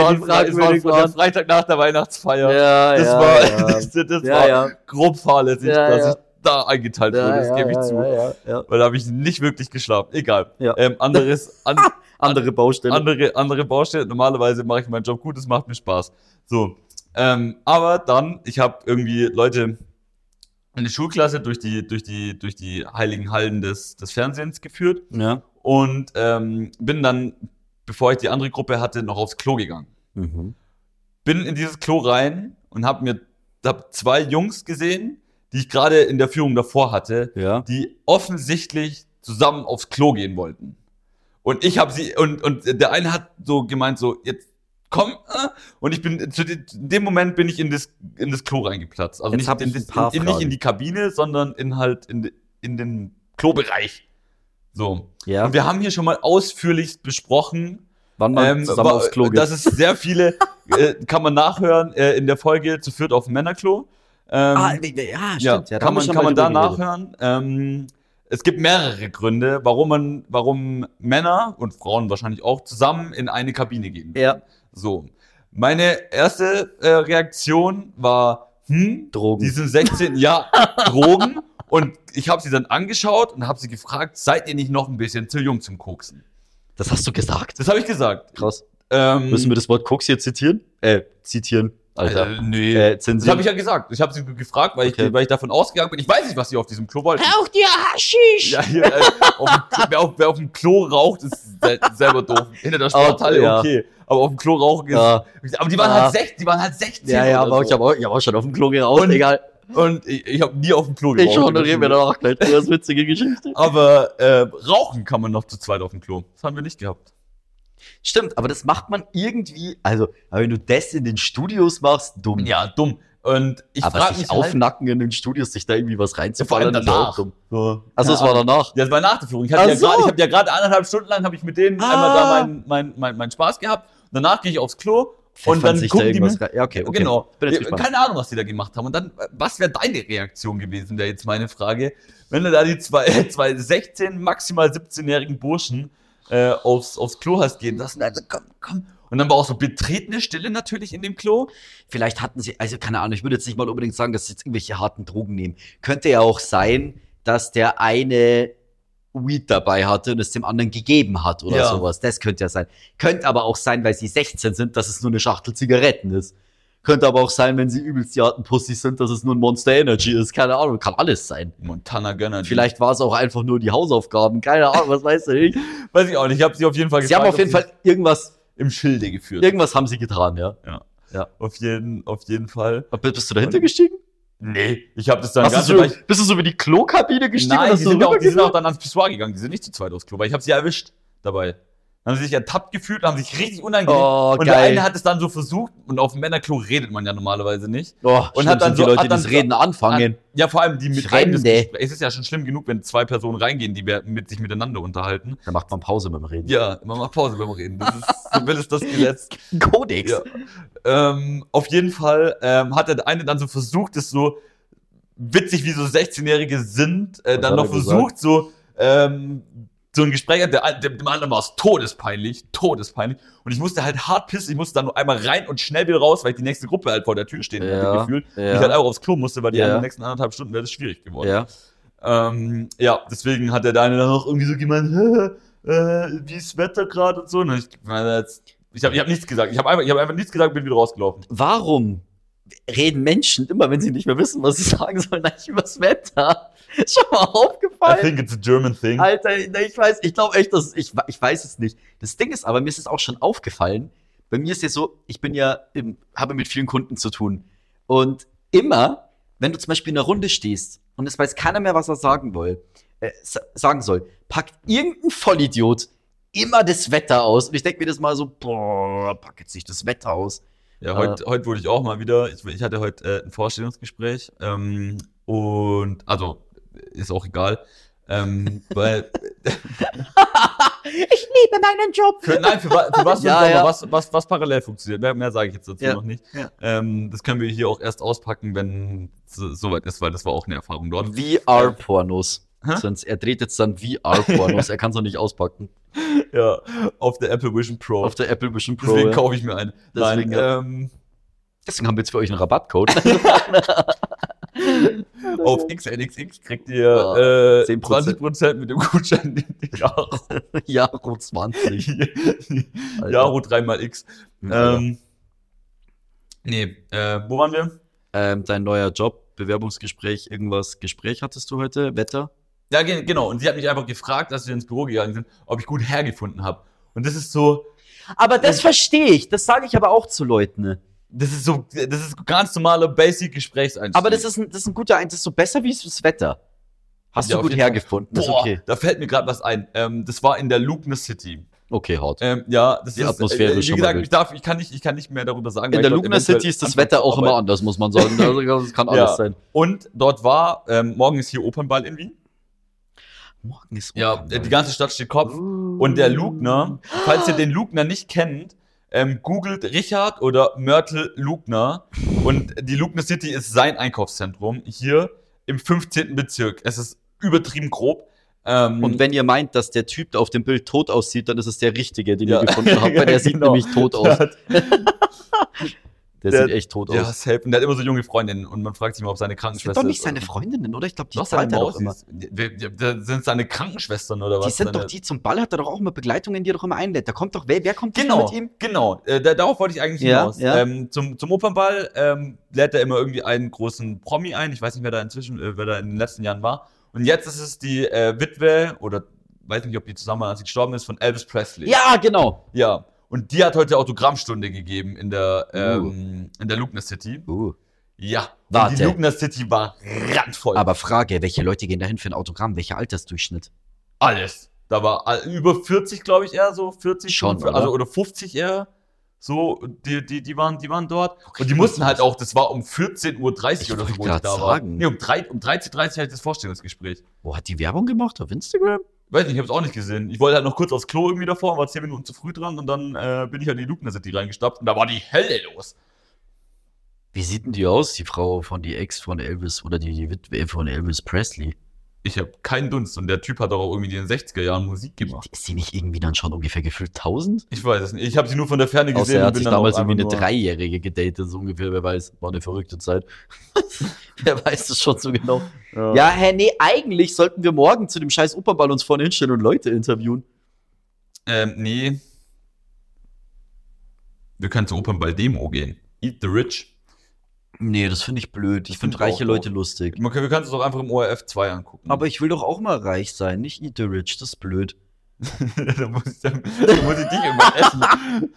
Speaker 1: Es war,
Speaker 2: die
Speaker 1: es war,
Speaker 2: fragwürdig
Speaker 1: der
Speaker 2: waren.
Speaker 1: Freitag nach der Weihnachtsfeier.
Speaker 2: Ja,
Speaker 1: das
Speaker 2: ja,
Speaker 1: war,
Speaker 2: ja.
Speaker 1: das, das
Speaker 2: Ja,
Speaker 1: war
Speaker 2: ja.
Speaker 1: grob fahrlässig,
Speaker 2: Ja,
Speaker 1: dass
Speaker 2: ja.
Speaker 1: ich da eingeteilt wurde. Das gebe ich zu.
Speaker 2: ja, ja.
Speaker 1: Weil da habe ich nicht wirklich geschlafen. Egal.
Speaker 2: Ja. Ah,
Speaker 1: Ähm, anderes, an,
Speaker 2: Andere Baustelle.
Speaker 1: andere, andere Baustelle. Normalerweise mache ich meinen Job gut, es macht mir Spaß. So. Ähm, aber dann, ich habe irgendwie Leute eine Schulklasse durch die, durch die, durch die heiligen Hallen des, des Fernsehens geführt
Speaker 2: ja.
Speaker 1: und ähm, bin dann, bevor ich die andere Gruppe hatte, noch aufs Klo gegangen.
Speaker 2: Mhm.
Speaker 1: Bin in dieses Klo rein und habe mir hab zwei Jungs gesehen, die ich gerade in der Führung davor hatte,
Speaker 2: ja.
Speaker 1: die offensichtlich zusammen aufs Klo gehen wollten. Und ich habe sie, und, und der eine hat so gemeint, so, jetzt komm, äh, und ich bin, zu de- in dem Moment bin ich in das, in das Klo reingeplatzt. Also
Speaker 2: Jetzt
Speaker 1: nicht
Speaker 2: hab
Speaker 1: in,
Speaker 2: ich ein
Speaker 1: das-
Speaker 2: paar
Speaker 1: in, in, nicht in
Speaker 2: Fragen.
Speaker 1: die Kabine, sondern in halt, in, de- in den Klobereich. So.
Speaker 2: ja.
Speaker 1: Und wir haben hier schon mal ausführlich besprochen,
Speaker 2: Wann man
Speaker 1: ähm,
Speaker 2: zusammen
Speaker 1: wa-
Speaker 2: aufs Klo geht.
Speaker 1: dass es sehr viele, äh, kann man nachhören, äh, in der Folge zu viert auf dem Männerklo. Ähm,
Speaker 2: ah, nee, nee, ja, stimmt.
Speaker 1: ja,
Speaker 2: da
Speaker 1: kann
Speaker 2: haben wir
Speaker 1: man,
Speaker 2: schon
Speaker 1: kann
Speaker 2: mal
Speaker 1: man da
Speaker 2: drüber geredet.
Speaker 1: nachhören. Ähm, es gibt mehrere Gründe, warum man, warum Männer und Frauen wahrscheinlich auch zusammen in eine Kabine gehen.
Speaker 2: Ja.
Speaker 1: So. Meine erste äh, Reaktion war, hm,
Speaker 2: Drogen.
Speaker 1: die sind 16, ja, Drogen. Und ich habe sie dann angeschaut und habe sie gefragt, seid ihr nicht noch ein bisschen zu jung zum Koksen?
Speaker 2: das hast du gesagt. Mhm.
Speaker 1: Das habe ich gesagt.
Speaker 2: Krass.
Speaker 1: Ähm,
Speaker 2: Müssen wir das Wort Koks hier zitieren? Äh, zitieren. Alter.
Speaker 1: Äh, nee.
Speaker 2: Äh,
Speaker 1: das habe
Speaker 2: zensieren.
Speaker 1: ich ja gesagt. Ich habe sie gefragt, weil,
Speaker 2: Okay.
Speaker 1: ich, weil ich davon ausgegangen bin. Ich weiß nicht, was sie auf diesem Klo wollten.
Speaker 3: Raucht ihr Haschisch?
Speaker 1: Ja, hier, äh, auf dem Klo, wer, auf, wer auf dem Klo raucht, ist se selber doof. Hinter der Sporthalle,
Speaker 2: ja.
Speaker 1: okay. Aber auf dem Klo rauchen ist.
Speaker 2: ja,
Speaker 1: Aber die waren
Speaker 2: Ja.
Speaker 1: halt 16, die waren halt 16.
Speaker 2: ja, ja
Speaker 1: oder
Speaker 2: aber
Speaker 1: so.
Speaker 2: ich habe auch, ich hab auch schon auf dem Klo geraucht.
Speaker 1: Und-
Speaker 2: egal.
Speaker 1: und ich, ich habe nie auf dem Klo
Speaker 2: Ich
Speaker 1: geraucht.
Speaker 2: honoriere mir danach gleich die ganz witzige Geschichte.
Speaker 1: Aber äh, rauchen kann man noch zu zweit auf dem Klo. Das haben wir nicht gehabt.
Speaker 2: Stimmt, aber das macht man irgendwie, also, aber wenn du das in den Studios machst, dumm.
Speaker 1: Ja, dumm. Und ich
Speaker 2: aber
Speaker 1: frage
Speaker 2: sich
Speaker 1: mich halt,
Speaker 2: aufnacken in den Studios, sich da irgendwie was reinzufallen,
Speaker 1: Ja, vor allem
Speaker 2: ist auch
Speaker 1: danach.
Speaker 2: dumm.
Speaker 1: so,
Speaker 2: Also, es
Speaker 1: keine
Speaker 2: war danach.
Speaker 1: Das war nach der Führung. Ich
Speaker 2: Ach
Speaker 1: hatte ja
Speaker 2: so.
Speaker 1: gerade, ich habe ja gerade eineinhalb Stunden lang habe ich mit denen
Speaker 2: Ah.
Speaker 1: einmal da meinen mein, mein, mein Spaß gehabt. Und danach gehe ich aufs Klo und
Speaker 2: Pfeffern
Speaker 1: dann
Speaker 2: sich da
Speaker 1: gucken die
Speaker 2: irgendwas
Speaker 1: mir,
Speaker 2: rein. Ja, okay, okay.
Speaker 1: Genau.
Speaker 2: Bin jetzt
Speaker 1: Ja,
Speaker 2: gespannt.
Speaker 1: Keine Ahnung, was die da gemacht haben. Und dann, äh, was wäre deine Reaktion gewesen, wäre jetzt meine Frage, wenn du da die zwei, zwei 16, maximal 17-jährigen Burschen äh, aufs, aufs Klo hast gehen lassen. Also komm, komm. Und dann war auch so betretene Stille natürlich in dem Klo.
Speaker 2: Vielleicht hatten sie, also keine Ahnung, ich würde jetzt nicht mal unbedingt sagen, dass sie jetzt irgendwelche harten Drogen nehmen. Könnte ja auch sein, dass der eine Weed dabei hatte und es dem anderen gegeben hat oder
Speaker 1: Ja.
Speaker 2: sowas. Das könnte ja sein. Könnte aber auch sein, weil sie 16 sind, dass es nur eine Schachtel Zigaretten ist. Könnte aber auch sein, wenn sie übelst die harten Pussys sind, dass es nur ein Monster Energy ist. Keine Ahnung, kann alles sein.
Speaker 1: Montana Gönner.
Speaker 2: Vielleicht war es auch einfach nur die Hausaufgaben. Keine Ahnung, was weiß ich.
Speaker 1: Weiß ich auch nicht. Ich habe sie auf jeden Fall
Speaker 2: Sie haben auf
Speaker 1: ob
Speaker 2: jeden Fall irgendwas,
Speaker 1: im Schilde geführt.
Speaker 2: irgendwas haben sie getan, ja.
Speaker 1: Auf jeden, auf jeden Fall.
Speaker 2: Bist du dahinter gestiegen?
Speaker 1: Nee, ich habe das dann
Speaker 2: Hast
Speaker 1: ganz
Speaker 2: du so, bist du so über die Klokabine gestiegen? und
Speaker 1: Nein,
Speaker 2: hast
Speaker 1: die
Speaker 2: so
Speaker 1: sind, auch, die sind
Speaker 2: rübergeschaut?
Speaker 1: auch dann ans Pissoir gegangen. Die sind nicht zu zweit aufs Klo, weil ich habe sie ja erwischt dabei. Dann haben sie sich ertappt gefühlt und haben sich richtig unangenehm.
Speaker 2: Oh,
Speaker 1: und der
Speaker 2: geil.
Speaker 1: eine hat es dann so versucht und auf dem Männerklo redet man ja normalerweise nicht.
Speaker 2: oh, und
Speaker 1: stimmt,
Speaker 2: hat dann
Speaker 1: sind die
Speaker 2: so,
Speaker 1: Leute,
Speaker 2: hat
Speaker 1: die
Speaker 2: dann
Speaker 1: das Reden
Speaker 2: anfangen.
Speaker 1: Ja, vor allem die mit
Speaker 2: Fremde.
Speaker 1: einem das Gespräch- Es ist ja schon schlimm genug, wenn zwei Personen reingehen, die wir mit sich miteinander unterhalten.
Speaker 2: Da macht man Pause beim Reden.
Speaker 1: Ja, immer mal Pause beim Reden. Das ist, so will es das Gesetz.
Speaker 2: Kodex.
Speaker 1: Ja. Ähm, auf jeden Fall ähm, hat der eine dann so versucht, es so witzig, wie so 16-Jährige sind, äh,
Speaker 2: Was
Speaker 1: dann
Speaker 2: hat
Speaker 1: noch
Speaker 2: er gesagt?
Speaker 1: versucht, so, ähm, so ein Gespräch, hat, der, ein- dem dem anderen war es todespeinlich, todespeinlich. Und ich musste halt hart pissen, ich musste dann nur einmal rein und schnell wieder raus, weil ich die nächste Gruppe halt vor der Tür stehen hatte,
Speaker 2: Ja,
Speaker 1: gefühlt. Und
Speaker 2: ja.
Speaker 1: Ich halt auch aufs Klo musste, weil die
Speaker 2: Ja.
Speaker 1: anderen nächsten anderthalb Stunden wäre das schwierig geworden.
Speaker 2: Ja.
Speaker 1: Ähm, ja, deswegen hat der Daniel dann auch irgendwie so gemeint, "Hä, äh, wie ist das Wetter gerade und so. Und ich, ich meine, jetzt- ich habe ich hab nichts gesagt. Ich habe einfach, ich hab einfach nichts gesagt, bin wieder rausgelaufen.
Speaker 2: Warum reden Menschen immer, wenn sie nicht mehr wissen, was sie sagen sollen, eigentlich übers Wetter? Ist schon mal
Speaker 1: I
Speaker 2: aufgefallen?
Speaker 1: think it's a German thing.
Speaker 2: Alter, ne, ich weiß, ich glaube echt, dass ich, ich weiß es nicht. Das Ding ist aber, mir ist es auch schon aufgefallen. Bei mir ist ja so, ich bin ja, im, habe mit vielen Kunden zu tun. Und immer, wenn du zum Beispiel in einer Runde stehst und es weiß keiner mehr, was er sagen will, äh, sa- sagen soll, packt irgendein Vollidiot immer das Wetter aus. Und ich denke mir das mal so, boah, pack jetzt nicht das Wetter aus.
Speaker 1: Ja, heute, heute wurde ich auch mal wieder, ich, ich hatte heute äh, ein Vorstellungsgespräch ähm, und, also, ist auch egal, ähm, weil,
Speaker 2: Ich liebe meinen Job.
Speaker 1: für, nein, für, wa- für was,
Speaker 2: Ja,
Speaker 1: für-
Speaker 2: ja.
Speaker 1: was, was, was parallel funktioniert, mehr, mehr sage ich jetzt dazu
Speaker 2: Ja,
Speaker 1: noch nicht.
Speaker 2: ja.
Speaker 1: Ähm, das können wir hier auch erst auspacken, wenn es so- soweit ist, weil das war auch eine Erfahrung dort.
Speaker 2: VR-Pornos.
Speaker 1: Hä?
Speaker 2: Sonst, er dreht jetzt dann VR-Pornos. er kann es noch nicht auspacken.
Speaker 1: Ja, auf der Apple Vision Pro.
Speaker 2: Auf der Apple Vision Pro.
Speaker 1: Oh. Deswegen
Speaker 2: ja.
Speaker 1: kaufe ich mir eine.
Speaker 2: Deswegen,
Speaker 1: Nein,
Speaker 2: ja.
Speaker 1: ähm,
Speaker 2: Deswegen haben wir jetzt für euch einen Rabattcode.
Speaker 1: auf XLXX kriegt ihr
Speaker 2: Ah,
Speaker 1: äh,
Speaker 2: 10%.
Speaker 1: 20% mit dem Gutschein Jaro,
Speaker 2: Jaro 20. Alter.
Speaker 1: Jaro 3x.
Speaker 2: Ja.
Speaker 1: Ähm, nee, äh, wo waren wir?
Speaker 2: Ähm, dein neuer Job, Bewerbungsgespräch, irgendwas. Gespräch hattest du heute? Wetter?
Speaker 1: Ja, ge- genau. Und sie hat mich einfach gefragt, als wir ins Büro gegangen sind, ob ich gut hergefunden habe. Und das ist so,
Speaker 2: Aber das verstehe ich. Das sage ich aber auch zu Leuten. ne?
Speaker 1: das ist so, das ist ganz normaler Basic-Gesprächseinstieg.
Speaker 2: Aber das ist ein, das ist ein guter Ein. Das ist so besser wie das Wetter. Hast
Speaker 1: Ja,
Speaker 2: du
Speaker 1: auf
Speaker 2: gut
Speaker 1: jeden Fall.
Speaker 2: hergefunden. Das ist
Speaker 1: Boah,
Speaker 2: okay.
Speaker 1: da fällt mir gerade was ein. Ähm, das war in der Lugner City.
Speaker 2: Okay, haut.
Speaker 1: Ähm, ja, das
Speaker 2: Die
Speaker 1: ist äh,
Speaker 2: Atmosphäre ist
Speaker 1: Wie
Speaker 2: schon mal
Speaker 1: gesagt,
Speaker 2: wild.
Speaker 1: ich darf, ich kann nicht, ich kann nicht mehr darüber sagen.
Speaker 2: In
Speaker 1: weil
Speaker 2: der
Speaker 1: ich dort
Speaker 2: Lugner
Speaker 1: eventuell
Speaker 2: City ist das
Speaker 1: anfangs
Speaker 2: Wetter auch
Speaker 1: arbeite.
Speaker 2: immer anders, muss man sagen. Also, Das kann alles
Speaker 1: Ja.
Speaker 2: sein.
Speaker 1: Und dort war, ähm, morgen ist hier Opernball in Wien.
Speaker 2: Morgen ist
Speaker 1: Ja, äh, die ganze Stadt steht Kopf. Und der Lugner, falls ihr den Lugner nicht kennt, ähm, googelt Richard oder Mörtel Lugner. Und die Lugner City ist sein Einkaufszentrum hier im 15. Bezirk. Es ist übertrieben grob. Ähm,
Speaker 2: Und wenn ihr meint, dass der Typ da auf dem Bild tot aussieht, dann ist es der richtige, den
Speaker 1: Ja.
Speaker 2: ihr gefunden habt, weil der
Speaker 1: Ja,
Speaker 2: sieht
Speaker 1: genau.
Speaker 2: nämlich tot aus.
Speaker 1: der, hat,
Speaker 2: Der,
Speaker 1: Der-
Speaker 2: sieht echt tot
Speaker 1: der,
Speaker 2: aus.
Speaker 1: ist helfen. der hat immer so junge Freundinnen und man fragt sich mal, ob seine
Speaker 2: Das sind
Speaker 1: Krankenschwester
Speaker 2: doch nicht
Speaker 1: ist
Speaker 2: seine
Speaker 1: oder so.
Speaker 2: Freundinnen, oder? Ich glaube, die
Speaker 1: Doch,
Speaker 2: zahlt
Speaker 1: seine
Speaker 2: er
Speaker 1: Maus
Speaker 2: doch immer.
Speaker 1: ist- wir- wir- da Sind seine Krankenschwestern oder was?
Speaker 2: Die sind doch
Speaker 1: Seine-
Speaker 2: die zum Ball, hat er doch auch immer Begleitungen, die er doch immer einlädt. Da kommt doch, wer, wer kommt denn
Speaker 1: Genau,
Speaker 2: mit ihm?
Speaker 1: genau. Äh, da, darauf wollte ich eigentlich
Speaker 2: Ja,
Speaker 1: hinaus.
Speaker 2: ja.
Speaker 1: Ähm, zum, zum Opernball ähm, lädt er immer irgendwie einen großen Promi ein. Ich weiß nicht, wer da inzwischen, äh, wer da in den letzten Jahren war. Und jetzt ist es die äh, Witwe oder weiß nicht, ob die zusammen als sie gestorben ist, von Elvis Presley.
Speaker 2: Ja, genau. Uh.
Speaker 1: Ja. Und die hat heute Autogrammstunde gegeben in der, ähm, in der Lugner City. Ja,
Speaker 2: Warte.
Speaker 1: und die Lugner City war randvoll.
Speaker 2: Aber Frage, welche Leute gehen dahin für ein Autogramm? Welcher Altersdurchschnitt?
Speaker 1: alles. Da war all- über 40, glaube ich, eher so, 40
Speaker 2: Schon,
Speaker 1: fünf-
Speaker 2: oder?
Speaker 1: also oder 50 eher. So, die, die, die, waren, die waren dort. Und die mussten halt auch, das war um 14.30 Uhr
Speaker 2: Ich
Speaker 1: oder so,
Speaker 2: wollte
Speaker 1: wo ich
Speaker 2: grad
Speaker 1: da war.
Speaker 2: sagen.
Speaker 1: Nee, um, drei- um 13.30 Uhr hatte ich das Vorstellungsgespräch.
Speaker 2: Wo hat die Werbung gemacht? Auf Instagram?
Speaker 1: Weiß nicht, ich hab's auch nicht gesehen. Ich wollte halt noch kurz aufs Klo irgendwie davor, war 10 Minuten zu früh dran und dann äh, bin ich halt in die Lugner City reingestapft und da war die Hölle los.
Speaker 2: Wie sieht denn die aus, die Frau von die Ex von Elvis oder die, die Witwe von Elvis Presley?
Speaker 1: Ich habe keinen Dunst und der Typ hat doch auch irgendwie in den 60er Jahren Musik gemacht.
Speaker 2: Ist sie nicht irgendwie dann schon ungefähr gefühlt 1000?
Speaker 1: Ich weiß es nicht. Ich habe sie nur von der Ferne gesehen.
Speaker 2: Außer er
Speaker 1: und
Speaker 2: hat
Speaker 1: bin
Speaker 2: sich
Speaker 1: dann auch
Speaker 2: damals irgendwie eine
Speaker 1: einfach nur-
Speaker 2: Dreijährige gedatet, so ungefähr, wer weiß, war eine verrückte Zeit. wer weiß das schon so genau. Ja, hä, nee, eigentlich sollten wir morgen zu dem scheiß Opernball uns vorne hinstellen und Leute interviewen.
Speaker 1: Ähm, nee. Wir können zu Opernball Demo gehen. Eat the Rich.
Speaker 2: Nee, das finde ich blöd. Ich
Speaker 1: Das find
Speaker 2: finde
Speaker 1: ich
Speaker 2: reiche
Speaker 1: auch
Speaker 2: Leute
Speaker 1: doof.
Speaker 2: lustig.
Speaker 1: Man kann, wir können es doch einfach im ORF 2 angucken.
Speaker 2: Aber ich will doch auch mal reich sein, nicht eat the rich, das ist blöd.
Speaker 1: da, muss ich, dann, da muss ich dich irgendwann essen.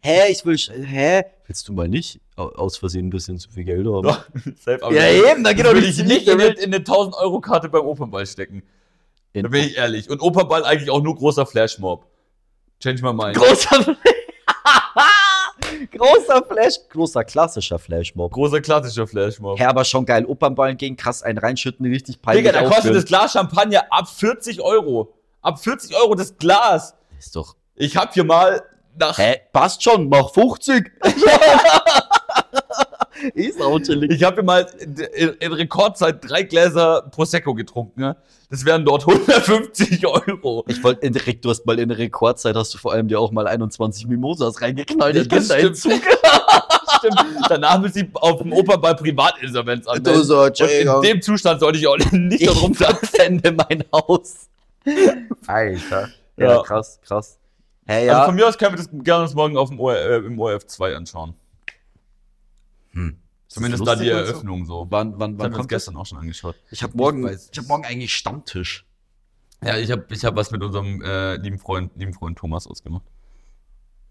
Speaker 2: Hä, ich will, sch- hä? Willst du mal nicht au- aus Versehen ein bisschen zu viel Geld haben?
Speaker 1: Doch, safe, aber-
Speaker 2: Ja, eben, da geht doch
Speaker 1: will
Speaker 2: nichts
Speaker 1: ich
Speaker 2: nicht
Speaker 1: nicht in eine,
Speaker 2: damit.
Speaker 1: in eine 1000-Euro-Karte beim Opernball stecken.
Speaker 2: In-
Speaker 1: Da bin ich ehrlich. Und Opernball eigentlich auch nur großer Flashmob. Change my mind.
Speaker 2: Großer, großer Flash, großer klassischer Flashmob.
Speaker 1: großer klassischer Flashmob.
Speaker 2: Hä, aber schon geil. Opernballen gegen krass einen reinschütten, richtig peinlich.
Speaker 1: Digga, da kostet
Speaker 2: aufführen.
Speaker 1: das Glas Champagner ab 40 Euro. Ab 40 Euro das Glas.
Speaker 2: Ist doch.
Speaker 1: Ich hab hier mal nach
Speaker 2: Hä, passt schon, mach 50. ist auch chillig.
Speaker 1: Ich habe hier mal in, in, in Rekordzeit drei Gläser Prosecco getrunken. Ne? Das wären dort 150 Euro.
Speaker 2: Ich wollte in direkt, du hast mal in Rekordzeit, hast du vor allem dir auch mal 21 Mimosas reingeknallt.
Speaker 1: Das
Speaker 2: Ich bin da in
Speaker 1: stimmt. Stimmt. Danach müssen sie auf dem Opernball Privatinsolvenz anmelden.
Speaker 2: so,
Speaker 1: Und in dem Zustand sollte ich auch nicht
Speaker 2: Also, Ich
Speaker 1: dort rumsagen.
Speaker 2: versende mein Haus. Alter. Ja,
Speaker 1: Ja.
Speaker 2: krass, krass. Hä,
Speaker 1: Also
Speaker 2: ja.
Speaker 1: von mir aus können wir das gerne uns morgen auf dem OR, äh, im ORF 2 anschauen.
Speaker 2: Hm.
Speaker 1: Zumindest da die Eröffnung so.
Speaker 2: Wann, wann,
Speaker 1: Das haben
Speaker 2: wann
Speaker 1: wir uns
Speaker 2: kommt
Speaker 1: gestern auch schon angeschaut.
Speaker 2: Ich habe
Speaker 1: morgen-
Speaker 2: morgen, ich
Speaker 1: ich
Speaker 2: hab
Speaker 1: hab
Speaker 2: morgen eigentlich Stammtisch.
Speaker 1: Ja, ich habe ich hab was mit unserem äh, lieben, Freund, lieben Freund Thomas ausgemacht.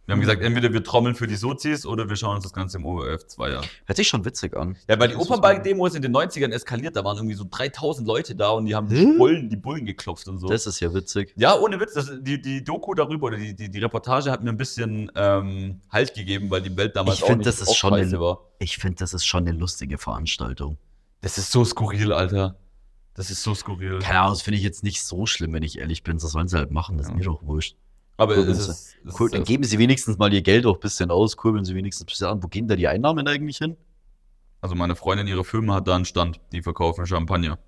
Speaker 1: Wir haben gesagt, entweder wir trommeln für die Sozis oder wir schauen uns das Ganze im ORF 2 an.
Speaker 2: Hört sich schon witzig an.
Speaker 1: Ja, bei den
Speaker 2: Das ist
Speaker 1: Opernball-Demos in den 90ern eskaliert, da waren irgendwie so 3000 Leute da und die haben
Speaker 2: Hä?
Speaker 1: die Bullen, die Bullen geklopft und so.
Speaker 2: Das ist ja witzig.
Speaker 1: ja, ohne Witz, das, die, die Doku darüber oder die, die, die Reportage hat mir ein bisschen ähm, Halt gegeben, weil die Welt damals
Speaker 2: Ich find,
Speaker 1: auch nicht
Speaker 2: das ist
Speaker 1: auch
Speaker 2: schon
Speaker 1: scheiße
Speaker 2: ein-
Speaker 1: war.
Speaker 2: Ich finde, das ist schon eine lustige Veranstaltung.
Speaker 1: Das ist so skurril, Alter. Das ist so skurril.
Speaker 2: Keine Ahnung, das finde ich jetzt nicht so schlimm, wenn ich ehrlich bin. Das sollen sie halt machen, das ist
Speaker 1: Ja.
Speaker 2: mir doch wurscht.
Speaker 1: Aber
Speaker 2: Cool,
Speaker 1: es
Speaker 2: wenn's-
Speaker 1: ist... es
Speaker 2: Cool,
Speaker 1: ist- äh,
Speaker 2: dann geben sie wenigstens mal ihr Geld auch ein bisschen aus, kurbeln sie wenigstens ein bisschen an. Wo gehen da die Einnahmen eigentlich hin?
Speaker 1: also meine Freundin, ihre Firma hat da einen Stand, die verkaufen Champagner.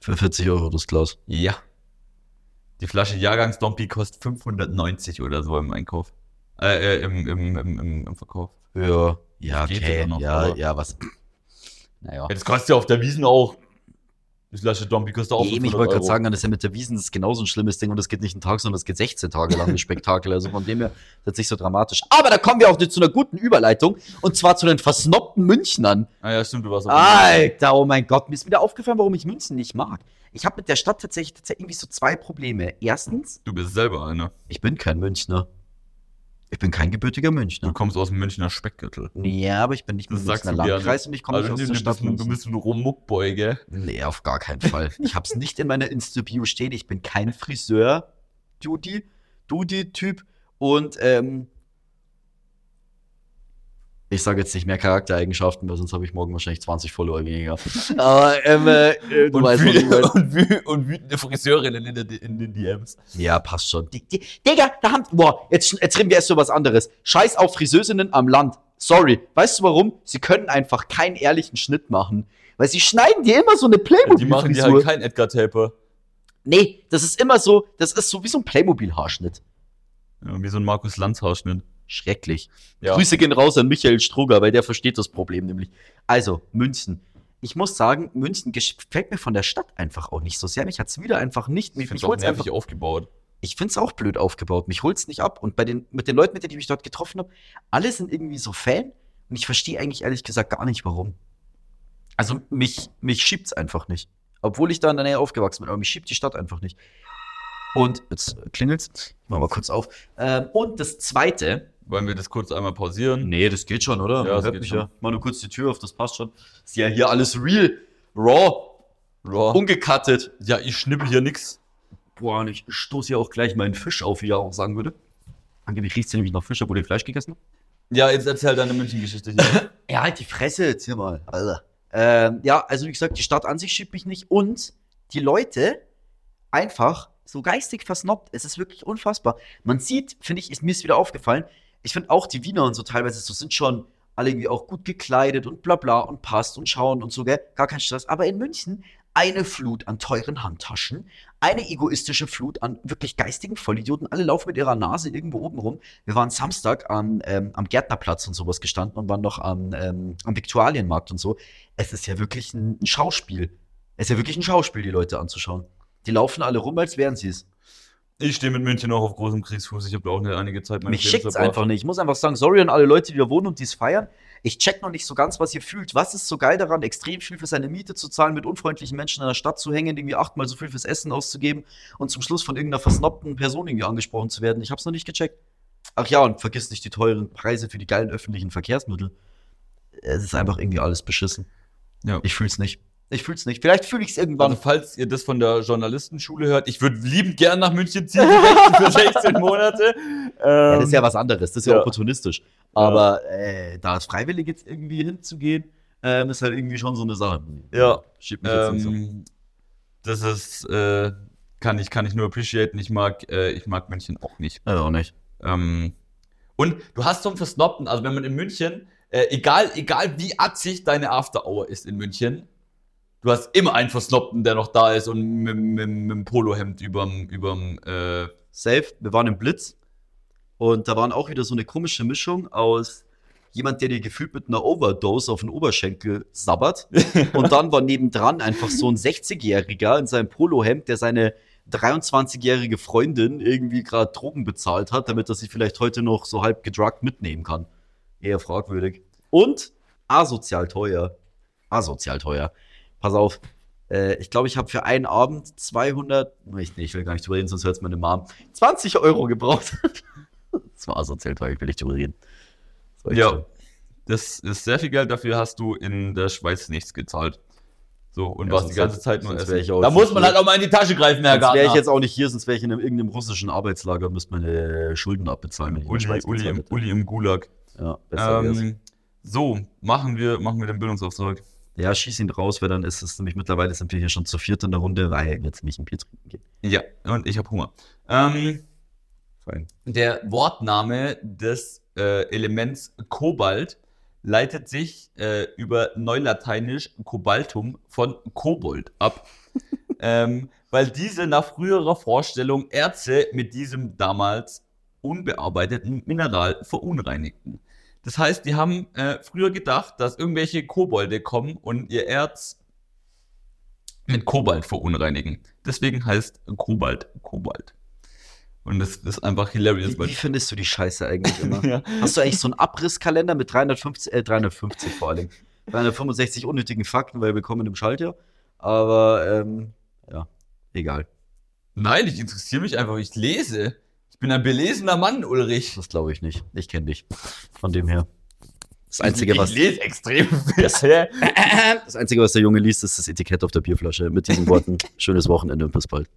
Speaker 2: Für 40 Euro das Glas.
Speaker 1: Ja. Die Flasche Jahrgangsdompi kostet 590 oder so im Einkauf. Äh, äh im, im, im, im, im Verkauf.
Speaker 2: Ja. Ja,
Speaker 1: Geht
Speaker 2: okay.
Speaker 1: sogar noch,
Speaker 2: ja,
Speaker 1: aber-
Speaker 2: ja, was. Naja.
Speaker 1: Ja, das kostet ja auf der Wiesen auch. Die Flasche Dompi kostet auch
Speaker 2: Eben,
Speaker 1: 500
Speaker 2: ich wollte gerade
Speaker 1: Euro.
Speaker 2: sagen, das ist ja mit der Wiesen das ist genauso ein schlimmes Ding und das geht nicht einen Tag, sondern das geht 16 Tage lang, das Spektakel. Also von dem her, das ist nicht so dramatisch. Aber da kommen wir auch zu einer guten Überleitung und zwar zu den versnobten Münchnern.
Speaker 1: Ah ja, stimmt, du warst auf
Speaker 2: Alter, oh mein Gott, mir ist wieder aufgefallen, warum ich München nicht mag. Ich habe mit der Stadt tatsächlich, tatsächlich irgendwie so zwei Probleme. Erstens,
Speaker 1: Du bist selber einer.
Speaker 2: ich bin kein Münchner. Ich bin kein gebürtiger
Speaker 1: Du
Speaker 2: Münchner.
Speaker 1: kommst aus dem Münchner Speckgürtel.
Speaker 2: Ja, aber ich bin nicht
Speaker 1: Das
Speaker 2: im
Speaker 1: sagst
Speaker 2: Münchner
Speaker 1: du gerne.
Speaker 2: Landkreis und ich komme nicht
Speaker 1: Also,
Speaker 2: aus
Speaker 1: du,
Speaker 2: der
Speaker 1: bist
Speaker 2: Stadt.
Speaker 1: ein, du
Speaker 2: München.
Speaker 1: bist ein Romuckboy, gell?
Speaker 2: Nee, auf gar keinen Fall. Ich hab's nicht in meiner Insta-Bio stehen. Ich bin kein Friseur, Duty, Duty-Typ und ähm, ich sage jetzt nicht mehr Charaktereigenschaften, weil sonst habe ich morgen wahrscheinlich 20 Follower weniger. Aber ähm, äh, äh, du
Speaker 1: Und,
Speaker 2: weißt, was ich
Speaker 1: wü
Speaker 2: meine.
Speaker 1: und, wü und wütende Friseurinnen in, der, in den DMs.
Speaker 2: Ja, passt schon. Dig- dig- Digga, da haben. Boah, jetzt, jetzt reden wir erst über was anderes. Scheiß auf Friseusinnen am Land. Sorry. Weißt du warum? Sie können einfach keinen ehrlichen Schnitt machen. Weil sie schneiden dir immer so eine playmobil
Speaker 1: Die machen dir
Speaker 2: Frisur.
Speaker 1: halt kein Edgar-Taper.
Speaker 2: Nee, das ist immer so, das ist so wie so ein Playmobil-Haarschnitt.
Speaker 1: Ja, wie so ein Markus Lanz-Haarschnitt.
Speaker 2: Schrecklich.
Speaker 1: Ja.
Speaker 2: Grüße gehen raus an Michael Struger, weil der versteht das Problem nämlich. Also, München. Ich muss sagen, München gesch- gefällt mir von der Stadt einfach auch nicht so sehr. Mich hat's wieder einfach nicht.
Speaker 1: Ich
Speaker 2: Mich,
Speaker 1: find's
Speaker 2: mich
Speaker 1: auch
Speaker 2: holt's einfach
Speaker 1: nervig aufgebaut.
Speaker 2: ich finde es auch blöd aufgebaut. Mich holt's nicht ab. Und bei den, mit den Leuten, mit denen ich mich dort getroffen habe, alle sind irgendwie so Fan. Und ich verstehe eigentlich ehrlich gesagt gar nicht, warum. Also mich, mich schiebt's einfach nicht. Obwohl ich da in der Nähe aufgewachsen bin, aber mich schiebt die Stadt einfach nicht. Und jetzt klingelt's. Ich mach mal kurz auf. Ähm, und das zweite,
Speaker 1: Wollen wir das kurz einmal pausieren?
Speaker 2: Nee, das geht schon, oder?
Speaker 1: Ja,
Speaker 2: Man
Speaker 1: das
Speaker 2: hört
Speaker 1: geht
Speaker 2: mich
Speaker 1: schon.
Speaker 2: ja. Mach nur kurz die Tür auf, das passt schon. Ist ja hier alles real. Raw.
Speaker 1: Raw.
Speaker 2: Ungekattet.
Speaker 1: Ja, ich schnippel hier nix.
Speaker 2: Boah, und ich stoße ja auch gleich meinen Fisch auf, wie er auch sagen würde. Angeblich riecht es nämlich nach Fisch, obwohl ihr Fleisch gegessen habt.
Speaker 1: Ja, jetzt erzähl deine München-Geschichte hier.
Speaker 2: Ja, halt die Fresse jetzt hier mal, Alter. Ähm, ja, also wie gesagt, die Stadt an sich schiebt mich nicht und die Leute einfach so geistig versnobbt. Es ist wirklich unfassbar. Man sieht, finde ich, ist mir ist wieder aufgefallen, ich finde auch die Wiener und so teilweise so sind schon alle irgendwie auch gut gekleidet und bla bla und passt und schauen und so, gell? Gar kein Stress. Aber in München eine Flut an teuren Handtaschen, eine egoistische Flut an wirklich geistigen Vollidioten. Alle laufen mit ihrer Nase irgendwo oben rum. Wir waren Samstag an, ähm, am Gärtnerplatz und sowas gestanden und waren noch am, ähm, am Viktualienmarkt und so. Es ist ja wirklich ein, ein Schauspiel. Es ist ja wirklich ein Schauspiel, die Leute anzuschauen. Die laufen alle rum, als wären sie es.
Speaker 1: Ich stehe mit München auch auf großem Kriegsfuß. Ich habe da auch eine einige Zeit
Speaker 2: Mich
Speaker 1: Lebens
Speaker 2: schickt's
Speaker 1: halt verbracht.
Speaker 2: einfach nicht. Ich muss einfach sagen, sorry an alle Leute, die da wohnen und die es feiern. Ich check noch nicht so ganz, was ihr fühlt. Was ist so geil daran, extrem viel für seine Miete zu zahlen, mit unfreundlichen Menschen in der Stadt zu hängen, irgendwie achtmal so viel fürs Essen auszugeben und zum Schluss von irgendeiner versnobten Person irgendwie angesprochen zu werden? Ich hab's noch nicht gecheckt. Ach ja, und vergiss nicht die teuren Preise für die geilen öffentlichen Verkehrsmittel. Es ist einfach irgendwie alles beschissen.
Speaker 1: Ja.
Speaker 2: Ich fühl's nicht. Ich fühl's nicht. Vielleicht fühle ich's irgendwann.
Speaker 1: Also, falls ihr das von der Journalistenschule hört, ich würde liebend gern nach München ziehen für 16, für 16 Monate. Ähm,
Speaker 2: Ja, das ist ja was anderes, das ist ja,
Speaker 1: ja.
Speaker 2: opportunistisch. Aber äh, da als freiwillig jetzt irgendwie hinzugehen, ähm, ist halt irgendwie schon so eine Sache.
Speaker 1: Ja.
Speaker 2: Schiebt mich jetzt nicht
Speaker 1: ähm, das ist, äh, kann ich, kann ich nur appreciaten. Ich mag, äh, ich mag München auch nicht.
Speaker 2: so. Ja, auch nicht.
Speaker 1: Ähm, und du hast so einen Versnobten, also wenn man in München, äh, egal, egal wie atzig deine After-Hour ist in München, du hast immer einen Versnobten, der noch da ist und mit, mit, mit dem Polohemd überm, überm, äh,
Speaker 2: Safe, wir waren im Blitz und da waren auch wieder so eine komische Mischung aus jemand, der dir gefühlt mit einer Overdose auf den Oberschenkel sabbert und dann war nebendran einfach so ein 60-Jähriger in seinem Polohemd, der seine 23-jährige Freundin irgendwie gerade Drogen bezahlt hat, damit er sie vielleicht heute noch so halb gedruckt mitnehmen kann. Eher fragwürdig. Und asozial teuer. Asozial teuer. Pass auf. Äh, ich glaube, ich habe für einen Abend 200, ich, nee, ich will gar nicht drüber reden, sonst hört es meine Mom, 20 Euro gebraucht. das war asozial teuer, ich will nicht drüber reden. Das war echt
Speaker 1: Ja.
Speaker 2: schlimm.
Speaker 1: Das ist sehr viel Geld, dafür hast du in der Schweiz nichts gezahlt. So, und
Speaker 2: Ja,
Speaker 1: warst die
Speaker 2: sonst
Speaker 1: ganze
Speaker 2: hätt-
Speaker 1: Zeit nur
Speaker 2: sonst
Speaker 1: essen.
Speaker 2: wär ich auch
Speaker 1: da muss
Speaker 2: nicht
Speaker 1: man
Speaker 2: hier.
Speaker 1: halt auch mal in die Tasche greifen, Herr
Speaker 2: Sonst wäre ich
Speaker 1: Gartner.
Speaker 2: jetzt auch nicht hier, sonst wäre ich in einem, irgendeinem russischen Arbeitslager und müsste meine äh, Schulden abbezahlen. wenn ich in der
Speaker 1: Uli,
Speaker 2: Schweiz
Speaker 1: Uli, im,
Speaker 2: gezahlt hätte.
Speaker 1: Uli im Gulag.
Speaker 2: Ja, besser wär's.
Speaker 1: Ähm, so, machen wir, machen wir den Bildungsauftrag.
Speaker 2: Ja, schieß ihn raus, weil dann ist es nämlich mittlerweile sind wir hier schon zur vierten in der Runde, weil jetzt nämlich ein Bier trinken geht.
Speaker 1: Ja, und ich habe Hunger. Ähm,
Speaker 2: Fein.
Speaker 1: Der Wortname des äh, Elements Kobalt leitet sich äh, über Neulateinisch Kobaltum von Kobold ab, ähm, weil diese nach früherer Vorstellung Erze mit diesem damals unbearbeiteten Mineral verunreinigten. Das heißt, die haben äh, früher gedacht, dass irgendwelche Kobolde kommen und ihr Erz mit Kobalt verunreinigen. Deswegen heißt Kobalt Kobalt. Und das ist einfach hilarious.
Speaker 2: Wie,
Speaker 1: weil-
Speaker 2: wie findest du die Scheiße eigentlich immer?
Speaker 1: ja.
Speaker 2: Hast du eigentlich so einen Abrisskalender mit 350, äh, 350 vor allem, 365 unnötigen Fakten, weil wir kommen im Schaltjahr. Aber ähm, ja, egal,
Speaker 1: Nein, ich interessiere mich einfach, ich lese. Ich bin ein belesener Mann, Ulrich.
Speaker 2: das glaube ich nicht. Ich kenne dich. Von dem her. Das einzige
Speaker 1: ich,
Speaker 2: was
Speaker 1: Ich lese extrem viel.
Speaker 2: das einzige was der Junge liest, ist das Etikett auf der Bierflasche mit diesen Worten. Schönes Wochenende und bis bald.